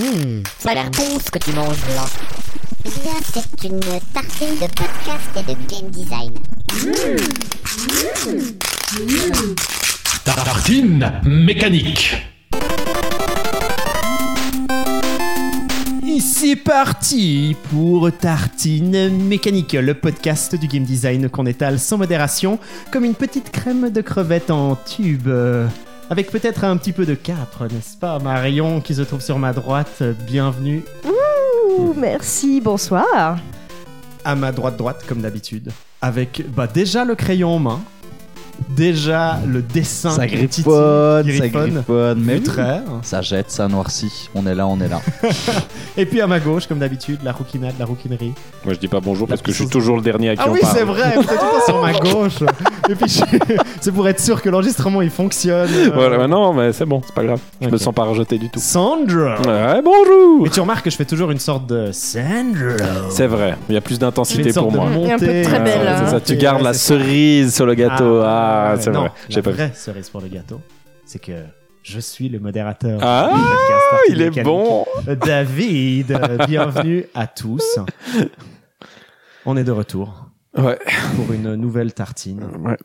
Hum, ça a l'air bon ce que tu manges là. Bien, c'est une tartine de podcast et de game design. Tartine mécanique. Et c'est parti pour Tartine Mécanique, le podcast du game design qu'on étale sans modération, comme une petite crème de crevettes en tube. euh, Avec peut-être un petit peu de capre, n'est-ce pas Marion qui se trouve sur ma droite, bienvenue Ouh, merci, bonsoir. à ma droite droite comme d'habitude. Avec bah, déjà le crayon en main, déjà le dessin Ça qui titille, griffonne, qui ça griffonne, griffonne, mais du trait. ça jette, ça noircit. On est là, on est là. Et puis à ma gauche comme d'habitude, la rouquinade, la rouquinerie. Moi je dis pas bonjour La parce que je suis sauce. toujours le dernier à qui Ah on oui, parle. c'est vrai, vous êtes tout le temps sur ma gauche. Et puis, je- c'est pour être sûr que l'enregistrement il fonctionne. Euh, Voilà, mais non, mais c'est bon, c'est pas grave. Je me Ok. sens pas rejeté du tout. Sandra Ouais, bonjour Et tu remarques que je fais toujours une sorte de Sandra. C'est vrai, il y a plus Je fais une d'intensité sorte pour de moi. Et un peu montée. de très Ouais, belle, c'est hein. ça, tu Ouais, gardes la c'est ça. cerise sur le gâteau. Ah, ouais, c'est non, vrai. J'ai La pas vu. vraie cerise pour le gâteau, c'est que je suis le modérateur. Ah, du podcast Arcade Il est Mécanique. bon. Euh, David, euh, bienvenue à tous. On est de retour Ouais. pour une nouvelle tartine. Euh, Ouais.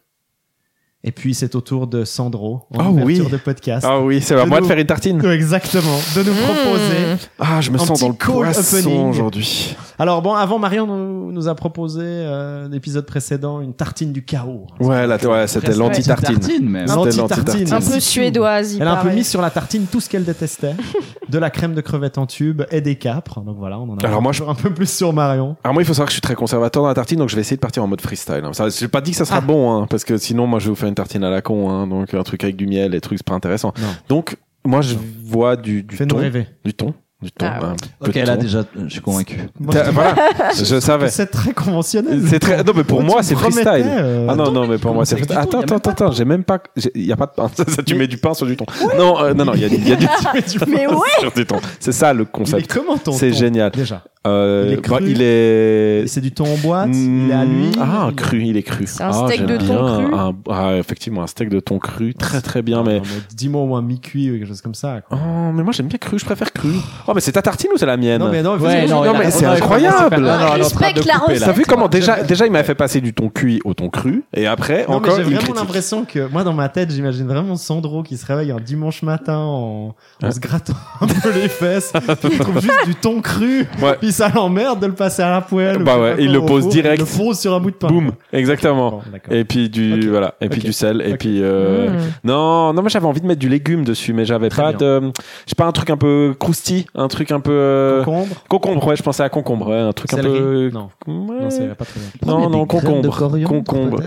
Et puis c'est au tour de Sandro en Oh oui. ouverture de podcast. Ah oui, c'est à De moi de nous- faire une tartine. Exactement, de Mmh. nous proposer. Ah, je me Un sens dans le petit cold poisson opening. aujourd'hui. Alors bon, avant Marion nous, nous a proposé euh, l'épisode précédent une tartine du chaos. Ouais, la- ouais, c'était Presque. l'anti-tartine. Tartine, même. Non. C'était L'anti-tartine. Un l'anti-tartine. peu suédoise, il Elle a un peu paraît. mis sur la tartine tout ce qu'elle détestait, de la crème de crevettes en tube et des capres. Donc voilà, on en a Alors moi, je- un peu plus sur Marion. Alors moi, il faut savoir que je suis très conservateur dans la tartine, donc je vais essayer de partir en mode freestyle. hein. Ça, je n'ai pas dit que ça sera Ah. bon, hein, parce que sinon, moi, je vais vous faire une tartine à la con, hein, donc un truc avec du miel, et trucs, c'est pas intéressant. Non. Donc, moi, je vois du, du Fais-nous thon, rêver. du thon, du thon, Ah ouais. un petit peu Ok, de là thon. déjà, je suis convaincu. Moi, T'as- Voilà, je savais. C'est très conventionnel. C'est très. Non, mais pour moi, c'est freestyle. Ah non, non. non, mais pour moi, c'est avec du freestyle. thon, y Attends, a attends, même pas attends, j'ai même pas. j'ai- Il y a pas de pain. Ça, ça, tu Mais- mets du pain sur du thon. Non, euh, non, non, il y a du, il y a du Mais ouais sur du thon. C'est ça le Mais concept. comment ton C'est thon, génial. Déjà. Euh, Il est cru. bah, il est. Et c'est du thon en boîte, il Mm, est à lui. Ah, cru, il est cru. C'est un Ah, steak j'aime de thon bien cru. un- ah, effectivement, un steak de thon cru, très très bien, mais. Non, Dis-moi ou un mi-cuit ou quelque chose comme ça. quoi. Oh, mais moi j'aime bien cru, je préfère cru. Oh, mais c'est ta tartine ou c'est la mienne Non, mais non, vas-y, non, vas-y, mais vas-y, vas-y, c'est vas-y. incroyable. Non, non, elle est en train de Respecte la couper, là. T'as vu comment déjà, J'aime- déjà il m'a fait passer du thon cuit au thon cru, et après Non, mais encore j'ai il me vraiment critique. l'impression que moi dans ma tête j'imagine vraiment Sandro qui se réveille un dimanche matin en, en se grattant un peu les fesses puis il trouve juste du thon cru Ouais. puis ça l'emmerde de le passer à la poêle ou Bah je sais ouais, pas il quoi, le au pose four, direct. il le pose sur un bout de pain Boum, exactement. Bon, d'accord. Et puis du Ok. voilà, et puis Ok. du sel, et Ok. puis euh, Mmh. non, non mais j'avais envie de mettre du légume dessus, mais j'avais Très pas bien. de, j'ai pas un truc un peu crousti, un truc un peu euh, concombre concombre, ouais, je pensais à concombre, ouais, un truc un céleri peu non Ouais. non c'est pas très bien non, non, concombre. concombre.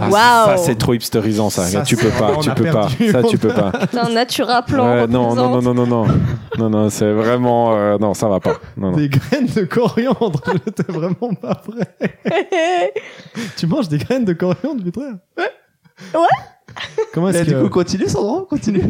Ah, Waouh. Ça, c'est trop hipsterisant, ça. Ça, tu c'est- peux on a pas, tu peux pas. perdu. Ça, tu peux pas. Putain, Natura Plan Ouais, non, non, non, représente. non, non, non. Non, non, c'est vraiment. euh, non, ça va pas. Non, non. des graines de coriandre j'étais vraiment pas vrai tu manges des graines de coriandre putain Ouais. comment est-ce que continue, Sandro, continue.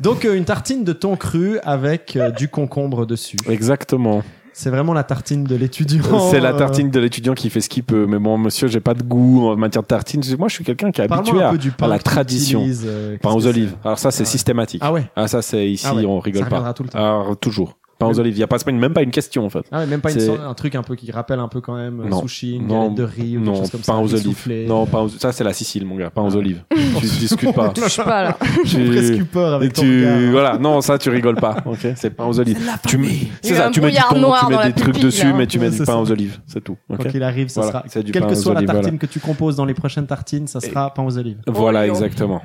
donc euh, une tartine de thon cru avec euh, du concombre dessus Exactement. C'est vraiment la tartine de l'étudiant. c'est la euh, tartine de l'étudiant qui fait ce qu'il peut. Mais bon, monsieur, j'ai pas de goût en matière de tartine. Moi, je suis quelqu'un qui est habitué Euh, Parle-moi un à peu du pain. à la que tradition. t'utilises, euh, pain qu'est-ce aux que olives. Alors ça, c'est Ah ouais. systématique. c'est Ah ouais. Ah, ça, c'est ici, Ah ouais. on Ça rigole pas. reviendra tout le temps. Alors, toujours. Pain Mais- aux olives. Il y a pas, c'est pas une- même pas une question en fait. Ah ouais, même pas une C'est- sorte- un truc un peu qui rappelle un peu quand même euh, Non. sushi, une Non. galette de riz ou quelque Non, chose comme ça. pain aux olives. essoufflé. Non, pain aux... ça c'est la Sicile, mon gars. Pain aux Ah. olives. Tu discutes pas. Je sais pas, là. J'ai Tu- presque eu peur Et avec ton tu regard. hein. voilà non ça tu rigoles pas ok c'est pain aux olives tu mets- Il c'est y a un ça tu mets du brouillard thon noir tu dans la mets des trucs pupille, dessus là. hein. mais tu mets Ouais, du c'est pain ça. aux olives c'est tout ok Quand il arrive, ça Voilà, sera. c'est du Quelle pain que aux soit la olives, tartine voilà. que tu composes dans les prochaines tartines, ça sera pain aux olives. voilà Oh, non. exactement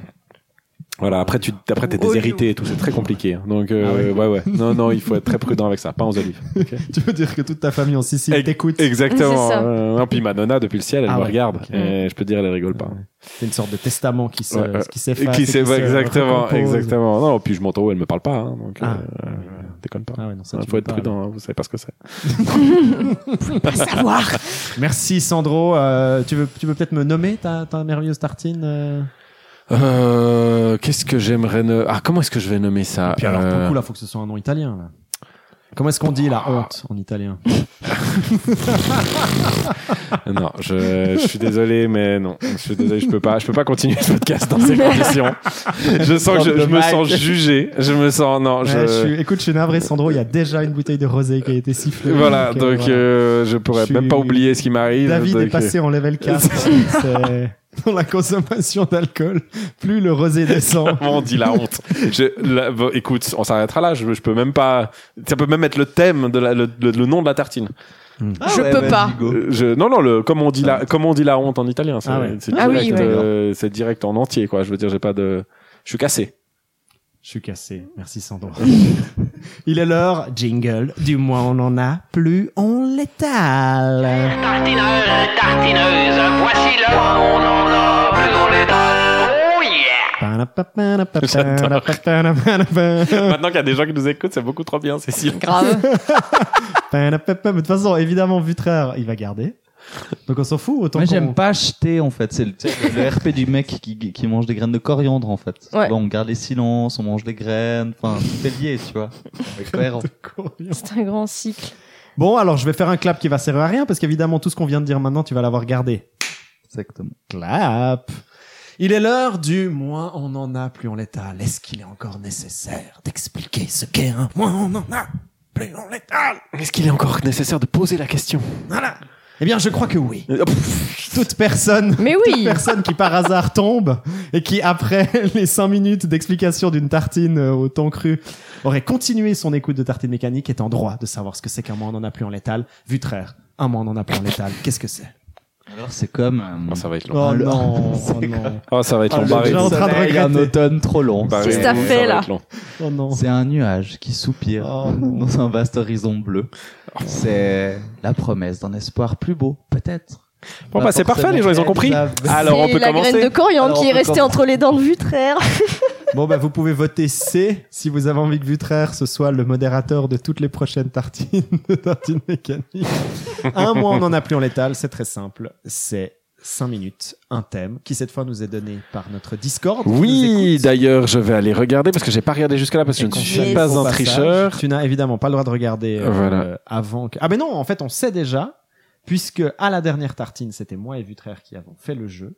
voilà après tu après t'es Oh, déshérité et tout c'est très compliqué hein. donc Ah euh, ouais ouais non non il faut être très prudent avec ça pain aux olives Tu veux dire que toute ta famille en Sicile Ex- t'écoute exactement C'est ça. Euh, non, puis ma nonna depuis le ciel elle Ah me ouais, regarde ok. et je peux te dire elle rigole pas C'est une sorte de testament qui se Ouais, ouais. qui et s'efface. qui et c'est se exactement recompose. exactement non puis je m'entends où elle me parle pas hein, donc Ah. euh, euh, déconne pas Ah ouais, non, ça, tu faut peux être pas, prudent hein, vous savez pas ce que c'est Merci Sandro. Euh, tu veux, tu veux peut-être me nommer ta, ta merveilleuse tartine euh Euh, qu'est-ce que j'aimerais ne... Ah, comment est-ce que je vais nommer ça Puis alors, pour Euh, le coup, là, faut que ce soit un nom italien. Là. Comment est-ce qu'on dit la honte en italien Non, je, je suis désolé, mais non, je suis désolé, je peux pas, je peux pas continuer ce podcast dans ces conditions. Je sens que je, je me sens jugé, je me sens non, je, Ouais, Eh, je suis- Écoute, je suis navré, Sandro. Il y a déjà une bouteille de rosé qui a été sifflée. voilà, euh, donc voilà. euh, je pourrais Je même pas suis- oublier ce qui m'arrive. David donc, est passé en level 4 c'est- dans la consommation d'alcool. Plus le rosé descend. euh, On dit la honte. Je, la- bah, écoute, on s'arrêtera là. Je, je peux même pas. Ça peut même être le thème de la- le, le- le nom de la tartine. Je peux pas. Euh, je- non, non, le, comme on dit la, comme on dit la honte en italien, c'est Ah ouais. c'est Ah oui, direct, ouais. euh, c'est direct en entier, quoi. Je veux dire, j'ai pas de, je suis cassé. Je suis cassé. Merci, Sandro. Il est l'heure. Jingle. Du moins, on en a. Plus on l'étale. Tartineuse, tartineuse, voici l'heure où on en a plus on les donne. Oh yeah! Maintenant qu'il y a des gens qui nous écoutent, c'est beaucoup trop bien, Cécile. Grave. Mais de toute façon, évidemment, Vutreur, il va garder. Donc on s'en fout autant Moi, qu'on- j'aime pas acheter en fait. C'est le, tu sais, le RP du mec qui, qui mange des graines de coriandre en fait. Ouais. Là, on garde les silences, on mange des graines. Enfin, tout est lié, tu vois. C'est cohérent. C'est un grand cycle. Bon, alors je vais faire un clap qui va servir à rien parce qu'évidemment tout ce qu'on vient de dire maintenant, tu vas l'avoir gardé. Exactement. Clap. Il est l'heure du moins on en a, plus on l'étale. Est-ce qu'il est encore nécessaire d'expliquer ce qu'est un moins on en a, plus on l'étale Est-ce qu'il est encore nécessaire de poser la question Euh, Voilà. Eh bien, je crois que oui. Toute personne Mais toute oui. personne qui par hasard tombe et qui après les cinq minutes d'explication d'une tartine euh, au temps cru aurait continué son écoute de tartine mécanique est en droit de savoir ce que c'est qu'un mois on en a plus en létal. Vutraire, un mois on en a plus en létal. Qu'est-ce que c'est Alors, c'est comme. euh, Ah, ça va être long. Oh le- non, oh c'est non, Oh, ça va être Oh, long. le Barrez-vous. gens en train de soleil, un regretter. automne trop long. Barrez-vous, Qu'est-ce que t'as ça fait, va là être long. oh non. C'est un nuage qui soupire Oh non. dans un vaste horizon bleu. Oh. C'est la promesse d'un espoir plus beau, peut-être. Bon, Pas bah, c'est parfait, les gens, forcément ils ont compris. réalisable. Alors, on C'est peut la graine de commencer. coriandre Alors, qui on est peut restée commencer. entre les dents de Vutraire. Bon bah vous pouvez voter C si vous avez envie que Vutraire ce soit le modérateur de toutes les prochaines tartines de tartines mécaniques. Un mois on en a plus en létal, c'est très simple, c'est cinq minutes, un thème qui cette fois nous est donné par notre Discord. qui nous Oui, écoute. d'ailleurs, je vais aller regarder parce que j'ai pas regardé jusque-là parce que je ne qu'on suis fait pas au un passage. tricheur. Tu n'as évidemment pas le droit de regarder euh, Voilà. euh, avant que. Ah mais non, en fait, on sait déjà, puisque à la dernière tartine, c'était moi et Vutraire qui avons fait le jeu.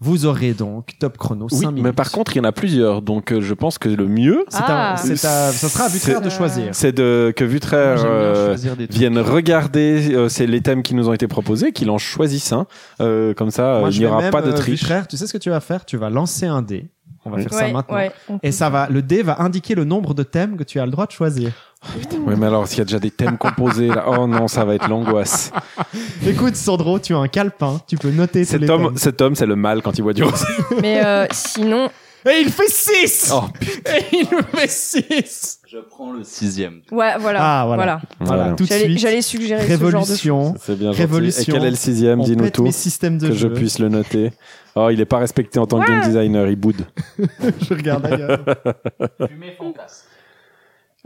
Vous aurez donc top chrono Oui, 5 minutes. mais par contre, il y en a plusieurs, donc euh, je pense que le mieux, c'est à- Ah. c'est à- ça sera à Vutraire de C'est- choisir. c'est de que J'aime Vutraire bien euh, choisir des trucs. vienne regarder euh, c'est les thèmes qui nous ont été proposés, qu'il en choisisse un. Euh, comme ça, Moi, euh, je il n'y vais aura même, pas de euh, triche. Mm. Vutraire, tu sais ce que tu vas faire Tu vas lancer un dé. On va Oui. faire ça maintenant. Et ça va, le dé va indiquer le nombre de thèmes que tu as le droit de choisir. Oui, mais alors, s'il y a déjà des thèmes composés, là, oh non, ça va être l'angoisse. Écoute, Sandro, tu as un calepin, tu peux noter tous les Cet homme, thèmes. cet homme, c'est le mal quand il boit du rosé. Mais euh, sinon, Et il fait 6 Oh, Et il fait 6 Je prends le sixième. ouais, voilà. Ah, voilà. voilà. Voilà, tout de J'allais suite. j'allais suggérer ce genre de Révolution. C'est bien Révolution. gentil. Et quel est le sixième On Dis-nous pète tout. mes systèmes de Que je jeu. puisse le noter. Oh, il est pas respecté en tant que game designer, il boude. je regarde ailleurs.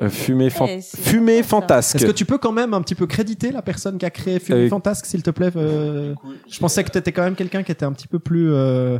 Euh, Fumée, fan- Eh, c'est Fumée sympa, ça. fantasque. Est-ce que tu peux quand même un petit peu créditer la personne qui a créé Fumée Euh, Fantasque, s'il te plaît euh, Je pensais que t'étais quand même quelqu'un qui était un petit peu plus... euh,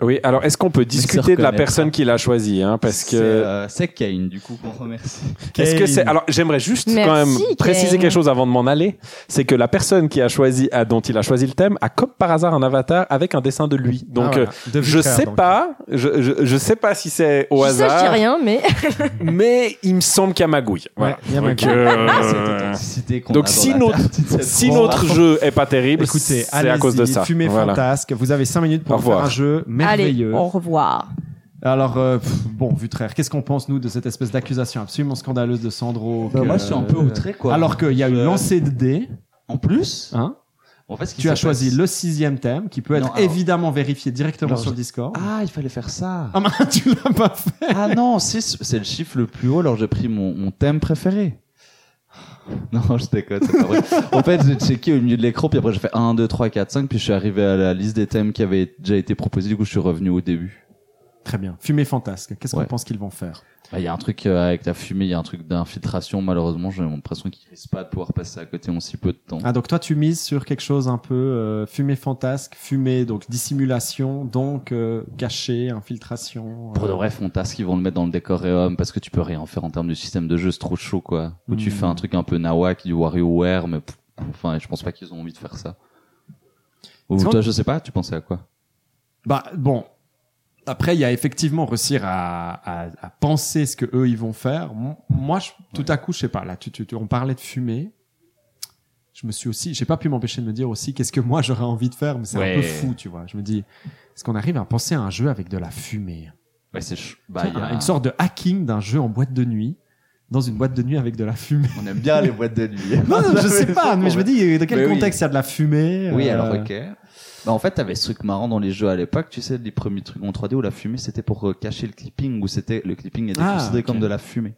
Oui, alors est-ce qu'on peut discuter de la reconnaître. personne qui l'a choisi hein, Parce C'est, que. euh, c'est Kane, du coup, qu'on remercie. Est-ce que Kane. c'est alors j'aimerais juste Merci, quand même Kane. préciser quelque chose avant de m'en aller, c'est que la personne qui a choisi à dont il a choisi le thème a comme par hasard un avatar avec un dessin de lui. Ah, Donc voilà. euh, De je Vicaire, sais donc. pas, je, je je sais pas si c'est au Je sais, je dis hasard, rien, mais mais il me semble qu'il y a magouille. Voilà. Ouais, il y a ma Donc, euh, Cette authenticité qu'on Donc a dans si la notre- tartine, c'est si trop notre rare. jeu est pas terrible, Écoutez, c'est allez à cause de ça. Fumée Voilà. fantasque. Vous avez 5 minutes Au pour faire revoir. un jeu allez, merveilleux. au revoir. Alors, euh, pff, bon, Vutraire, qu'est-ce qu'on pense, nous, de cette espèce d'accusation absolument scandaleuse de Sandro Bah, que- moi, je suis un peu outré, quoi. Ah. Alors qu'il y a une Euh, lancée de dés, En plus, hein en fait, ce qui tu as s'est choisi passé- le sixième thème, qui peut être Non, alors- évidemment vérifié directement Alors, sur je- le Discord. Ah, il fallait faire ça. Ah, mais tu l'as pas fait Ah non, 6, c'est le chiffre le plus haut, alors j'ai pris mon, mon thème préféré. Non, je déconne, c'est pas vrai. En fait, j'ai checké au milieu de l'écran, puis après j'ai fait 1, 2, 3, 4, 5, puis je suis arrivé à la liste des thèmes qui avaient déjà été proposés, du coup je suis revenu au début. Très bien. Fumée fantasque. Qu'est-ce qu'on Ouais. pense qu'ils vont faire Bah, Il y a un truc euh, avec la fumée, il y a un truc d'infiltration. Malheureusement, j'ai l'impression qu'ils risquent pas de pouvoir passer à côté en si peu de temps. Ah, donc toi, tu mises sur quelque chose un peu euh, fumée fantasque, fumée, donc dissimulation, donc euh, caché, infiltration. euh. Pour de vrai, Fontasque, ils vont le mettre dans le décor homme parce que tu peux rien faire en termes de système de jeu, c'est trop chaud, quoi. Ou tu Hmm. fais un truc un peu nawak, du WarioWare, mais pff, enfin, je pense pas qu'ils ont envie de faire ça. Ou Sinon- toi, je sais pas, tu pensais à quoi Bah bon. Après, il y a effectivement réussir à, à, à penser ce que eux ils vont faire. M- Moi, je- tout à coup, je sais pas. Là, tu, tu, tu- on parlait de fumée. Je me suis aussi, j'ai pas pu m'empêcher de me dire aussi qu'est-ce que moi j'aurais envie de faire, mais c'est Ouais. un peu fou, tu vois. Je me dis, est-ce qu'on arrive à penser à un jeu avec de la fumée Bah, c'est ch- bah, il y Tiens, a... Une sorte de hacking d'un jeu en boîte de nuit, dans une boîte de nuit avec de la fumée. On aime bien les boîtes de nuit. Non, non, je sais pas, mais je me dis, dans quel Mais oui. contexte il y a de la fumée Oui, euh, alors ok. Bah, en fait, t'avais ce truc marrant dans les jeux à l'époque, tu sais, les premiers trucs en 3D où la fumée c'était pour euh, cacher le clipping, où c'était le clipping était Ah, considéré ok. comme de la fumée.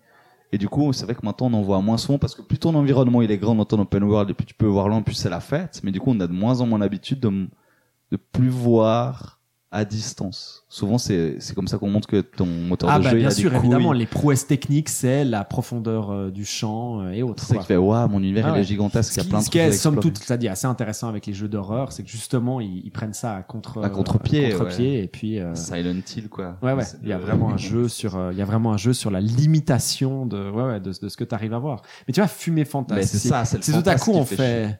Et du coup, c'est vrai que maintenant on en voit moins souvent parce que plus ton environnement il est grand dans ton open world et plus tu peux voir loin, plus c'est la fête. Mais du coup, on a de moins en moins l'habitude de, m- de plus voir à distance. Souvent, c'est c'est comme ça qu'on montre que ton moteur Ah de bah jeu il bien a sûr, des couilles. évidemment, les prouesses techniques, c'est la profondeur euh, du champ euh, et autres. C'est ça quoi. qui fait waouh, mon univers Ah il ouais. est gigantesque, Ce il y a qui- plein de ce trucs qui à est somme explorer. toute, c'est-à-dire assez intéressant avec les jeux d'horreur, c'est que justement ils, ils prennent ça à contre À contre-pied, contre-pied, et puis euh, Silent Hill quoi. ouais ouais, C'est- il y a vraiment un jeu sur euh, il y a vraiment un jeu sur la limitation de ouais, ouais de, de ce que tu arrives à voir. Mais tu vois, fumée Mais fantastique. Bah, c'est ça, c'est le C'est tout à fantasme coup qui on fait.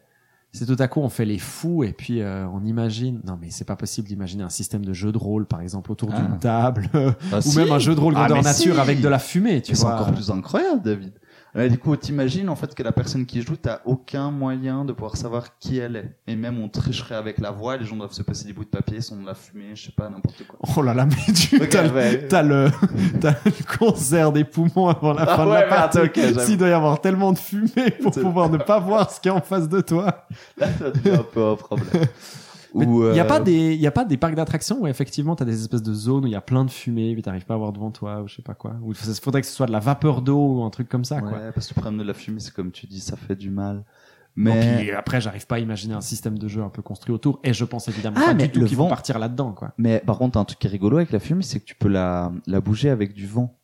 C'est tout à coup on fait les fous et puis euh, on imagine. Non mais c'est pas possible d'imaginer un système de jeu de rôle par exemple autour Ah. d'une table chier. ou Ah, si. même un jeu de rôle Ah, grandeur mais nature si. avec de la fumée. Tu Mais c'est vois. encore plus incroyable, David. Là, du coup, t'imagines en fait que la personne qui joue, t'as aucun moyen de pouvoir savoir qui elle est. Et même on tricherait avec la voix, les gens doivent se passer des bouts de papier, son de la fumée, je sais pas, n'importe quoi. Oh là là mais tu Ok, t'as le- ouais. T'as le, t'as le concert des poumons avant la Ah fin de ouais, la mais partie. attends, ok, j'avoue. S'il doit y avoir tellement de fumée pour C'est- pouvoir ne pas voir ce qu'il y a en face de toi. Là, ça devient un peu un problème. Il Ou, y a euh, pas des, y a pas des parcs d'attractions où effectivement t'as des espèces de zones où il y a plein de fumée, puis t'arrives pas à voir devant toi ou je sais pas quoi. Ou ça- faudrait que ce soit de la vapeur d'eau ou un truc comme ça. Quoi. Ouais, parce que le problème de la fumée, c'est comme tu dis, ça fait du mal. Non, Mais, puis après j'arrive pas à imaginer un système de jeu un peu construit autour. Et je pense évidemment Ah, pas mais du tout le qu'ils vont vent. partir là-dedans quoi. mais par contre, un truc qui est rigolo avec la fumée, c'est que tu peux la, la bouger avec du vent.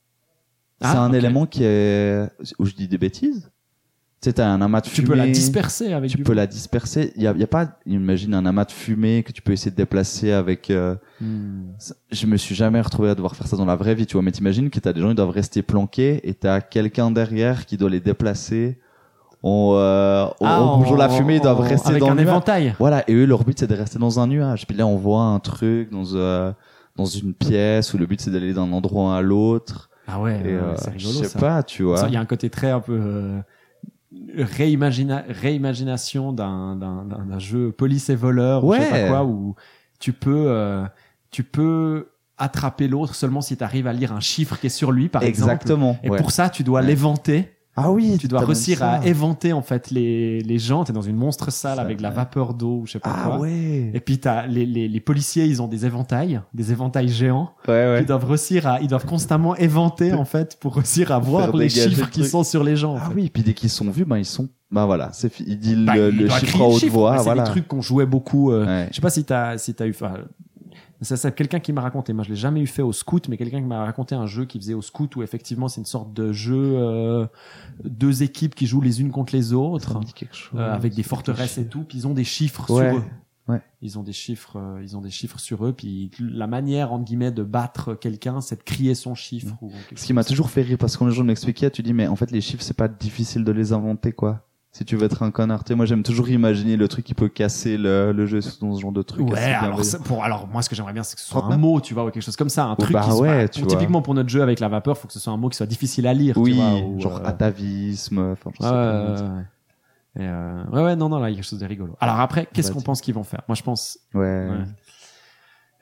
Ah, c'est un ok. élément qui est, où je dis des bêtises. Tu sais, t'as un amas de Tu fumée. peux la disperser avec tu du. peux la disperser. Il y a, il y a pas, imagine un amas de fumée que tu peux essayer de déplacer avec. euh, Hmm. ça- Je me suis jamais retrouvé à devoir faire ça dans la vraie vie, tu vois. Mais t'imagines que t'as des gens qui doivent rester planqués et t'as quelqu'un derrière qui doit les déplacer. On, euh, on- Ah, on bouge en- la fumée, ils en- doivent rester avec dans un le nuage. éventail. Voilà. Et eux, leur but c'est de rester dans un nuage. Puis là, on voit un truc dans euh, dans une pièce où le but c'est d'aller d'un endroit à l'autre. Ah ouais. Et ouais, euh, c'est je rigolo sais ça. pas, tu vois. Ça, Il y a un côté très un peu euh, réimagina- réimagination d'un, d'un, d'un, d'un jeu police et voleur ou je sais Ouais. pas quoi où tu peux euh, tu peux attraper l'autre seulement si tu arrives à lire un chiffre qui est sur lui par exemple. Exactement. Et ouais. pour ça, tu dois Ouais. l'éventer. Ah oui, Tu dois t'as même réussir ça. à éventer en fait les, les gens. T'es dans une monstre salle Ça, avec de la ouais. vapeur d'eau ou je sais pas Ah quoi. ouais. Et puis t'as les, les, les policiers, ils ont des éventails, des éventails géants. Ouais, ouais. Ils doivent réussir à, ils doivent constamment éventer en fait pour réussir à voir Faire les dégager le chiffres qui truc. sont sur les gens. en Ah fait. oui, et puis dès qu'ils sont vus, ben ils sont, ben voilà, c'est fi- ils disent Bah, le, il le doit chiffre crier à le haute chiffre, mais voix, C'est voilà. des trucs qu'on jouait beaucoup. euh, Ouais. Je sais pas si t'as si t'as eu. enfin, Ça, c'est quelqu'un qui m'a raconté. Moi, je l'ai jamais eu fait au scout, mais quelqu'un qui m'a raconté un jeu qu'il faisait au scout où effectivement c'est une sorte de jeu euh, deux équipes qui jouent les unes contre les Ça autres me dit quelque chose. euh, avec des forteresses et tout. Puis ils ont des chiffres Ouais, sur eux. ouais. Ils ont des chiffres, euh, ils ont des chiffres sur eux. Puis la manière entre guillemets de battre quelqu'un, c'est de crier son chiffre. ou quelque Mm. Ce chose qui m'a comme ça. toujours fait rire parce que quand les gens m'expliquaient, tu dis mais en fait les chiffres c'est pas difficile de les inventer quoi. Si tu veux être un connard, tu sais, moi j'aime toujours imaginer le truc qui peut casser le, le jeu dans ce genre de truc. Ouais, assez alors, bienveillant. ça- pour, alors moi ce que j'aimerais bien c'est que ce soit un 39. mot, tu vois, ou quelque chose comme ça, un Oh, truc bah qui soit- ouais, ou tu vois. typiquement pour notre jeu avec la vapeur, faut que ce soit un mot qui soit difficile à lire, tu oui, vois, ou, genre euh, atavisme, enfin je ouais, sais pas. ouais, ouais, ouais. Et, euh, ouais, ouais, non, non, là, il y a quelque chose de rigolo. Alors après, Bah, qu'est-ce qu'on pense qu'ils vont faire Moi, je pense. Ouais. ouais.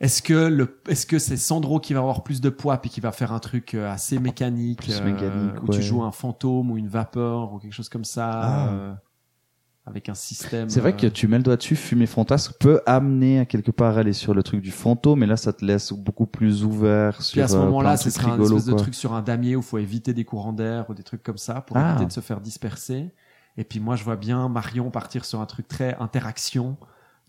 Est-ce que le, est-ce que c'est Sandro qui va avoir plus de poids puis qui va faire un truc euh, assez mécanique, euh, Plus mécanique, où tu ouais. joues un fantôme ou une vapeur ou quelque chose comme ça, Ah. euh, avec un système. C'est vrai que euh, tu mets le doigt dessus, fumer fantasme peut amener à quelque part à aller sur le truc du fantôme, mais là ça te laisse beaucoup plus ouvert sur Puis à ce euh, plein moment-là, de ce trucs serait un rigolos, espèce de quoi. truc sur un damier où il faut éviter des courants d'air ou des trucs comme ça pour Ah. éviter de se faire disperser. Et puis moi, je vois bien Marion partir sur un truc très interaction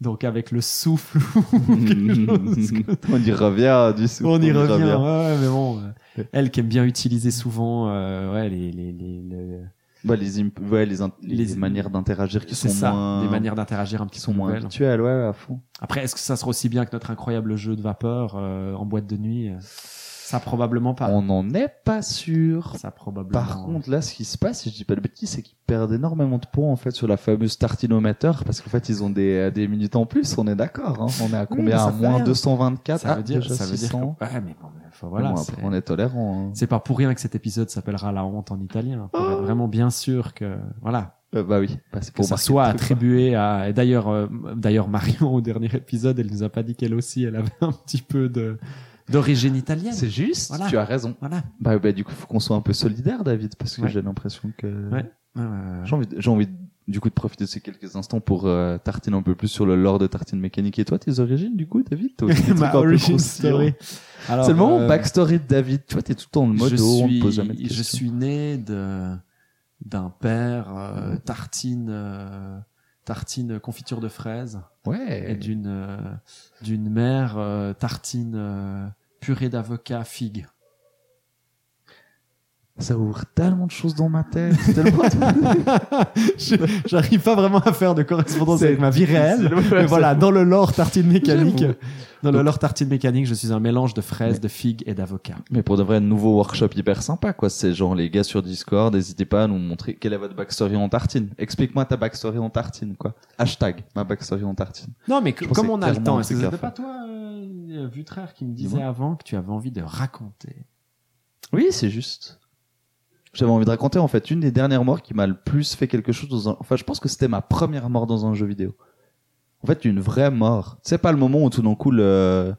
Donc avec le souffle, on y revient du souffle. on y revient. Ouais, ouais, mais bon, euh, elle qui aime bien utiliser souvent euh, ouais, les, les, les, les- Bah, les, imp- ouais, les, int- les Les- manières d'interagir qui sont c'est ça, moins, des manières d'interagir un petit qui sont peu moins nouvelles. habituelles, ouais, ouais, à fond. Après, est-ce que ça sera aussi bien que notre incroyable jeu de vapeur euh, en boîte de nuit euh, Ça probablement pas. On n'en est pas sûr. Ça probablement. Par contre, là, ce qui se passe, si je dis pas de bêtises, c'est qu'ils perdent énormément de points en fait sur la fameuse tartinomateur parce qu'en fait, ils ont des, des minutes en plus. On est d'accord. Hein. On est à combien mais ça À fait moins rien. 224. ça Ah, veut dire, déjà ça veut dire. 600. que- Ouais, mais bon, mais faut- voilà. Bon, c'est- après, on est tolérant. hein. C'est pas pour rien que cet épisode s'appellera La honte en italien. Pour être vraiment bien sûr que voilà Euh, bah oui, bah, c'est que Oh. pour ça marquer soit le truc, attribué à. Et d'ailleurs, euh, d'ailleurs Marion au dernier épisode, elle nous a pas dit qu'elle aussi, elle avait un petit peu de d'origine quoi. italienne. C'est juste. Voilà. Tu as raison. Voilà. Bah, bah, du coup, faut qu'on soit un peu solidaire, David, parce que Ouais. j'ai l'impression que Ouais. Euh, j'ai envie, de- j'ai envie de- du coup de profiter de ces quelques instants pour euh, tartiner un peu plus sur le lore de tartine mécanique. Et toi, tes origines, du coup, David T'as aussi des trucs un ma peu origin croustillants. story. Alors, C'est le moment euh, backstory de David. Tu vois, t'es tout le temps en mode je oh, on ne suis- pose jamais de Je questions. suis né de d'un père euh, tartine euh, tartine confiture de fraises et Ouais. d'une euh, d'une mère euh, tartine euh, purée d'avocat figue. Ça ouvre tellement de choses dans ma tête. tellement J'arrive pas vraiment à faire de correspondance avec ma vie réelle. Mais voilà, dans le lore tartine mécanique, dans le lore tartine mécanique, je suis un mélange de fraises, de figues et d'avocat. Mais pour de vrai, nouveau workshop hyper sympa, quoi. C'est genre les gars sur Discord, n'hésitez pas à nous montrer quelle est votre backstory en tartine. Explique-moi ta backstory en tartine, quoi. Hashtag ma backstory en tartine. Non, mais Je pense comme que on c'est a le clairement temps, un est-ce que truc à c'était faire. pas toi, euh, Vutraire, qui me Dis-moi. disait avant que tu avais envie de raconter Oui, c'est juste. J'avais envie de raconter, en fait, une des dernières morts qui m'a le plus fait quelque chose dans un... Enfin, je pense que c'était ma première mort dans un jeu vidéo. En fait, une vraie mort. C'est pas le moment où tout d'un coup le...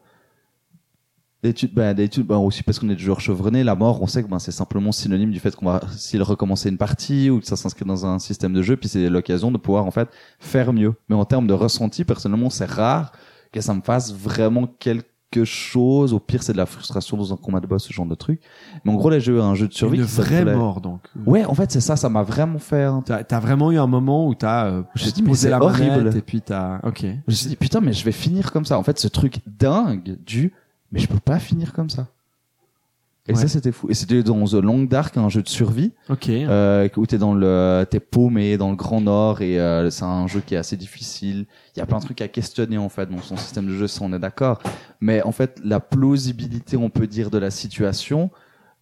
D'études, ben, d'études, ben, aussi parce qu'on est des joueurs chevronnés, la mort, on sait que ben, c'est simplement synonyme du fait qu'on va, s'il recommencer une partie ou que ça s'inscrit dans un système de jeu, puis c'est l'occasion de pouvoir, en fait, faire mieux. Mais en termes de ressenti, personnellement, c'est rare que ça me fasse vraiment quelque chose. Au pire, c'est de la frustration dans un combat de boss, ce genre de truc. Mais en gros, là, j'ai eu un jeu de survie une qui vraie s'appelait- mort, donc. Mmh. Ouais, en fait, c'est ça, ça m'a vraiment fait. hein. T'as t'as vraiment eu un moment où t'as euh, Je dis, mais posé c'est la manette horrible. et puis t'as. Ok. Je me suis dit, putain, mais je vais finir comme ça. En fait, ce truc dingue du, mais je peux pas finir comme ça. Et Ouais. ça, c'était fou. Et c'était dans The Long Dark, un jeu de survie, Ok. euh, où t'es dans le, t'es paumé dans le Grand Nord et euh, c'est un jeu qui est assez difficile. Il y a plein de trucs à questionner, en fait, dans son système de jeu, ça, on est d'accord. Mais en fait, la plausibilité, on peut dire, de la situation,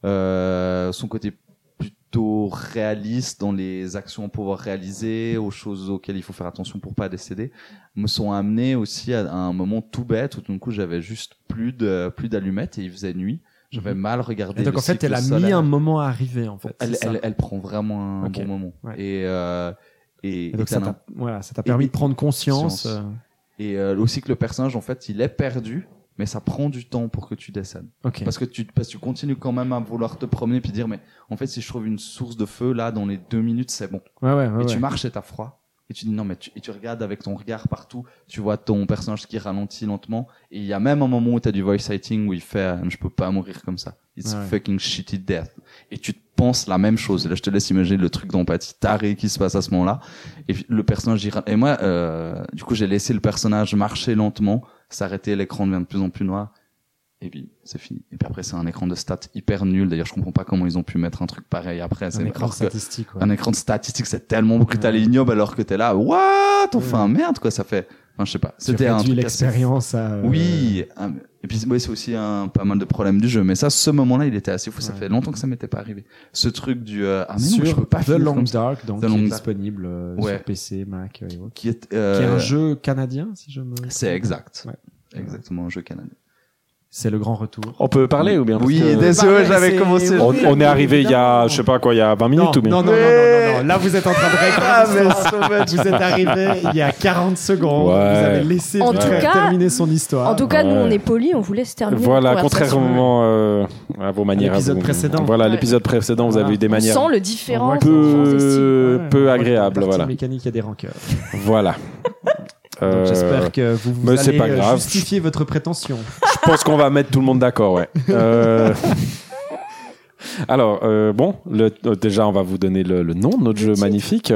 euh, son côté plutôt réaliste dans les actions à pouvoir réaliser, aux choses auxquelles il faut faire attention pour pas décéder, me sont amenés aussi à un moment tout bête où tout d'un coup j'avais juste plus de plus d'allumettes et il faisait nuit. J'avais mal Mhm. regardé. Et donc le en fait, cycle elle a mis solaire. un moment à arriver en fait. Elle, c'est ça. elle, elle prend vraiment un Ok. bon moment. Ouais. Et, euh, et, Et donc et ça t'as t'a voilà, ça t'a et- permis et- de prendre conscience. conscience. euh, Et euh, aussi que le personnage, en fait, il est perdu, mais ça prend du temps pour que tu décèdes. Ok. Parce que tu, parce que tu continues quand même à vouloir te promener puis dire, mais en fait, si je trouve une source de feu, là, dans les deux minutes, c'est bon. Ouais ouais ouais. Et tu ouais. marches et t'as froid. Et tu dis non, mais tu, et tu regardes avec ton regard partout. Tu vois ton personnage qui ralentit lentement. Et il y a même un moment où t'as du voice sighting où il fait euh, je peux pas mourir comme ça. It's Ouais. fucking shitty death. Et tu te penses la même chose. Et là, je te laisse imaginer le truc d'empathie taré qui se passe à ce moment-là. Et puis, le personnage il ra- Et moi, euh, du coup, j'ai laissé le personnage marcher lentement, s'arrêter. L'écran devient de plus en plus noir. Et puis, c'est fini. Et puis après, c'est un écran de stats hyper nul. D'ailleurs, je comprends pas comment ils ont pu mettre un truc pareil après. un C'est écran alors que- statistique. ouais. un écran de statistique, c'est tellement brutal et ignoble alors que t'es là, what Enfin, merde, quoi, ça fait. Enfin, je sais pas. Tu C'était un réduis truc assez- l'expérience à. euh, Oui. ah, mais- Et puis, ouais, c'est aussi un pas mal de problèmes du jeu. Mais ça, ce moment-là, il était assez fou. Ça Ouais. fait longtemps que ça m'était pas arrivé. Ce truc du euh, ah mais non, sur mais je peux pas The finir Long comme ça. Dark, donc The qui Long est Dark. disponible euh, Ouais. sur PC, Mac, euh, et autres. Qui est, Qui est euh, un jeu canadien, si je me. C'est exact. Ouais. Exactement, un jeu canadien. C'est le grand retour. On peut parler ou bien parce Oui, que- désolé, Parler, j'avais c'est- commencé. on, oui, on est arrivé il y a, évidemment. je sais pas quoi, il y a 20 minutes non, ou bien. non, non, non, non, non, non. Là, vous êtes en train de régler la sauce. Vous êtes arrivé il y a 40 secondes. Ouais. Vous avez laissé En Victor tout cas- terminer son histoire. En tout cas, nous, Ouais. on est polis, on vous laisse terminer. Voilà, la conversation. contrairement euh, à vos manières. à l'épisode vous. précédent. Voilà, Ouais. l'épisode précédent, vous Voilà. avez eu des On manières sent le On différent. voit que- peu, peu agréables. Partie Voilà. mécanique et des rancœurs. voilà. Donc, Euh, J'espère que vous, vous mais c'est allez pas euh, grave. justifier votre prétention. je pense qu'on va mettre tout le monde d'accord, ouais. Euh, Alors, euh, bon, le- euh, déjà, on va vous donner le, le nom de notre jeu titre. magnifique.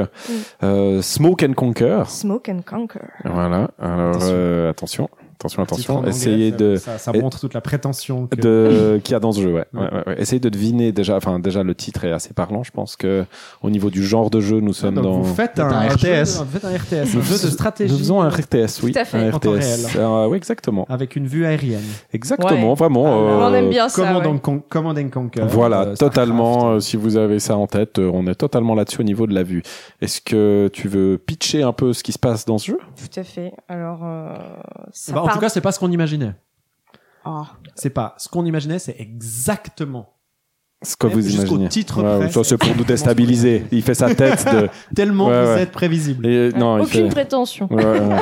Euh, Smoke and Conquer. Smoke and Conquer. Voilà. Alors, Attention. euh, attention. Attention, Titre en attention. anglais, Essayez ça- de, Ça, ça et- montre toute la prétention. que- de qu'il y a dans ce jeu. Ouais. Ouais. Ouais, ouais, ouais. Essayez de deviner déjà. Enfin, déjà le titre est assez parlant. Je pense que au niveau du genre de jeu, nous Ah, sommes donc dans. vous faites dans un, un jeu- RTS. vous faites un RTS, un Nous jeu de fais- stratégie Nous faisons un RTS, oui. Tout à fait. Un En temps RTS. Euh, oui, exactement. avec une vue aérienne. Exactement, Ouais. vraiment. Ah, euh, On aime bien ça. Command, ouais. and Con- Command and Conquer. Voilà, euh, totalement. Starcraft. euh, si vous avez ça en tête, euh, on est totalement là-dessus au niveau de la vue. Est-ce que tu veux pitcher un peu ce qui se passe dans ce jeu Tout à fait. Alors, euh, ça Bah, en part- tout cas, c'est pas ce qu'on imaginait. Oh. C'est pas ce qu'on imaginait, c'est exactement Ce que Ouais, vous jusqu'au imaginez. titre Ouais, près. ouais, ça, c'est pour nous déstabiliser. Il fait sa tête de. tellement Ouais, vous ouais. êtes prévisible. euh, Et, non, il Aucune fait. prétention. Ouais, ouais, ouais.